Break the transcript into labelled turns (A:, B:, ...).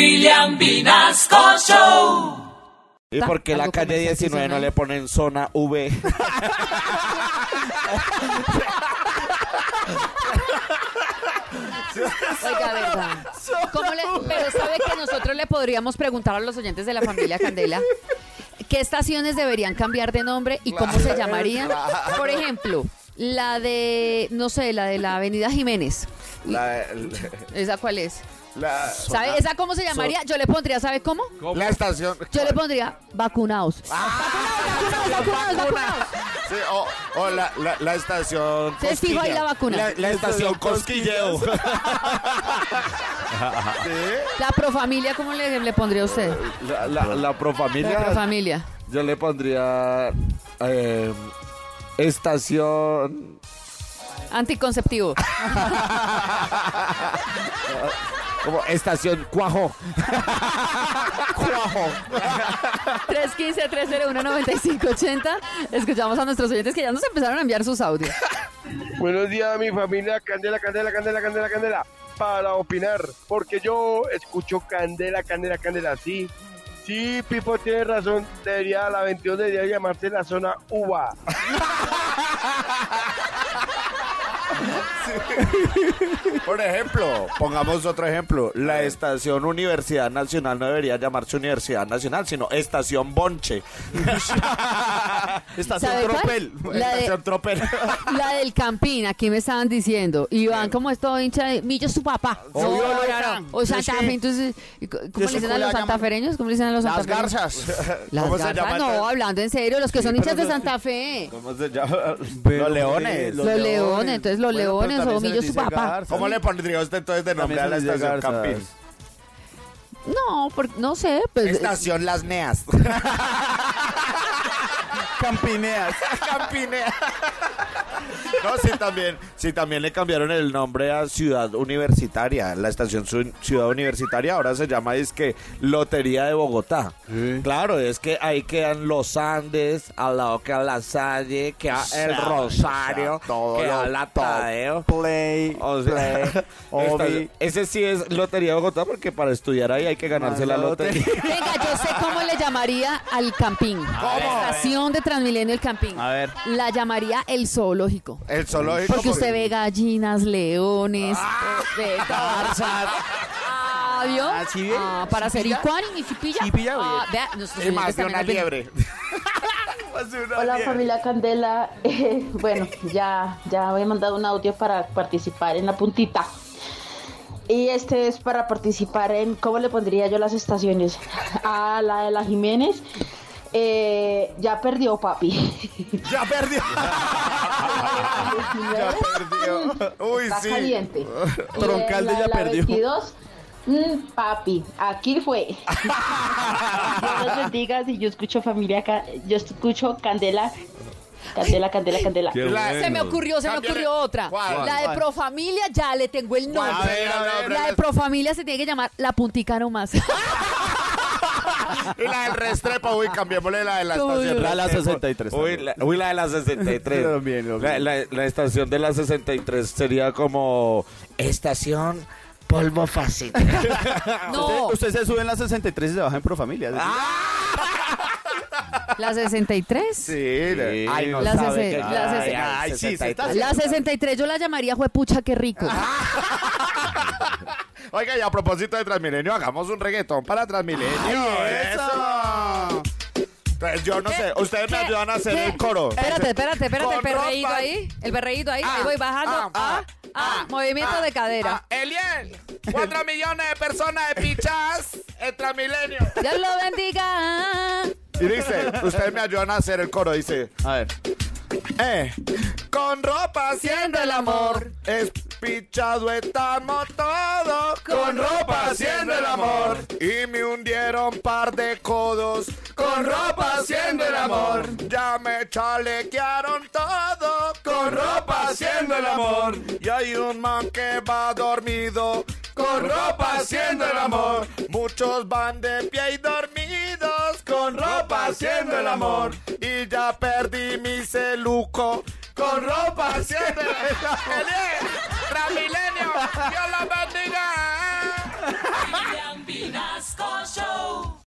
A: William Vinasco Show.
B: Y porque la
C: Algo
B: calle
C: comercial
B: 19 no
C: seasonal.
B: le ponen zona V.
C: Oiga, verdad. ¿Cómo le- pero sabe que nosotros le podríamos preguntar a los oyentes de la familia Candela qué estaciones deberían cambiar de nombre y cómo se llamarían. Por ejemplo, la de, no sé, la de la Avenida Jiménez.
D: La,
C: ¿Esa cuál es?
D: la,
C: ¿Sabe? ¿Esa cómo se llamaría? Yo le pondría, ¿sabe cómo?
D: la estación.
C: Yo le pondría vacunados. Vacunados, vacunados, vacunados.
D: Sí, o o la, la, la estación.
C: Se
D: Cosquilla.
C: fija ahí la vacuna.
B: La, la estación Cosquilleo.
D: Sí,
C: La profamilia, ¿cómo le, le pondría a usted?
B: La, la- la profamilia.
C: La profamilia.
B: Yo le pondría. eh, estación.
C: Anticonceptivo.
B: Como estación Cuajo. Cuajo.
C: 315-301-9580. Escuchamos a nuestros oyentes que ya nos empezaron a enviar sus audios.
E: Buenos días, mi familia Candela, Candela, Candela, Candela, Candela. Para opinar, porque yo escucho Candela, Candela, Candela. Sí, sí, Pipo tiene razón. Debería, la 22 debería llamarse la zona uva.
B: Por ejemplo, pongamos otro ejemplo. La estación Universidad Nacional no debería llamarse Universidad Nacional, sino Estación Bonche. estación
C: ¿Sabe cuál?
B: Tropel.
C: La de-
B: Estación Tropel.
C: La del Campín, aquí me estaban diciendo. Iván, como es todo hincha de Millo es su papá.
B: Obvio,
C: No,
B: lo
C: no.
B: harán.
C: O
B: Yo
C: Santa
B: sé.
C: Fe, entonces, ¿y co- ¿cómo le
B: sé
C: dicen a
B: cómo
C: los
B: la llaman.
C: santafereños? ¿Cómo le dicen a los
D: las
C: santafereños?
D: garzas.
C: Las
B: ¿Cómo se
C: garzas,
B: llama
C: no,
B: esta-
C: hablando en serio, los que son hinchas de Santa Fe.
B: ¿Cómo se llama? Los leones.
C: Los leones, entonces los leones o Millo su papá.
D: ¿Cómo le pondría usted entonces de nombre a la estación Campín?
C: No, por- no sé, pues.
D: Estación Las Neas.
B: Campineas.
D: Campineas.
B: No, sí también, sí también le cambiaron el nombre a Ciudad Universitaria. La estación Su- Ciudad Universitaria ahora se llama es que Lotería de Bogotá. Claro, es que ahí quedan los Andes, al lado queda la Salle, queda el Rosario,
D: todo
B: queda
D: lo
B: la
D: top.
B: Tadeo.
F: Play.
B: O sea, esta-
F: Obi.
B: ese sí es Lotería de Bogotá porque para estudiar ahí hay que ganarse
F: Más
B: la
F: la
B: lotería.
C: Venga, yo sé cómo le llamaría al Campín. A La estación de Transmilenio el Campín.
F: A ver.
C: La llamaría el zoológico.
D: El zoológico.
C: Porque usted ve gallinas, leones, ve garzas. Ah, ¿vio?
F: Ah, ¿sí ve?
C: Ah, para
F: ¿Sí
C: hacer
F: pilla?
C: igual y chipilla. Ah,
F: ¿Sí pilla, oye?
C: vea, nuestros
D: Es más
C: oyentes
D: de
C: también
D: una
C: opinan.
D: liebre. Más de una
G: Hola
D: liebre.
G: familia Candela, Eh, bueno, ya, ya he mandado un audio para participar en la puntita. Y este es para participar en cómo le pondría yo las estaciones. A la de la Jiménez, eh, ya perdió papi.
D: Ya perdió. ya perdió. Uy,
G: Está
D: sí.
G: caliente. Y
F: Troncalde
G: la de
F: ya
G: la
F: perdió.
G: 22, mm, papi, aquí fue. Dios los bendiga si yo escucho familia, Ca- yo escucho Candela, Candela, Candela, Candela.
D: La-
C: Se me ocurrió, se me
D: Cámbiale.
C: ocurrió otra.
D: ¿Cuál?
C: La de
F: ¿Cuál?
C: Profamilia, ya le tengo el nombre.
D: A ver, a ver,
C: la de
D: las-
C: Profamilia se tiene que llamar La Puntica nomás.
D: Y la del Restrepo, uy, cambiémosle la de la
C: Uy,
D: estación.
F: La de la
D: Restrepo.
F: 63.
B: Uy, la, uy, la de la 63.
F: Lo bien, lo
B: La,
F: bien.
B: la- la estación de la 63 sería como estación polvo fácil.
C: No,
F: Usted, usted se sube en la 63 y se baja en Profamilia. es decir,
C: la 63.
D: Sí, la-
F: Sí.
B: Ay, no
C: La
B: sabe
C: sesen-
B: qué-
C: la
B: ay, ay,
C: sesen-
F: Ay, sí,
B: 63.
F: se está-
C: La 63 yo la llamaría juepucha, qué rico.
D: Oiga, y a propósito de Transmilenio, hagamos un reggaetón para Transmilenio. ¡Eso! Pues yo no sé, ustedes me
C: ¿Qué?
D: ayudan a hacer
C: ¿Qué?
D: el coro.
C: Espérate, espérate, espérate, el
D: Con
C: perreíto
D: ropa.
C: ahí. El perreíto ahí. ahí
D: Ah,
C: voy bajando.
D: ah,
C: Ah, ah,
D: ah,
C: movimiento
D: ah,
C: de cadera.
D: ah, Eliel, cuatro millones de personas de pichas en Transmilenio.
C: Dios lo bendiga.
D: Y dice, ustedes me ayudan a hacer el coro, dice.
F: A ver.
D: Eh, con ropa haciendo el amor. Espichado estamos todos. Con ropa haciendo el amor. Y me hundieron par de codos. Con ropa haciendo el amor. Ya me chalequearon todo. Con ropa haciendo el amor. Y hay un man que va dormido. Con ropa haciendo el amor. Muchos van de pie y dormidos. Con ropa haciendo el amor. Y ya perdí mi celuco. Con ropa haciendo el amor. Eliel, Transmilenio, Dios los bendiga.
A: William Vinasco Show.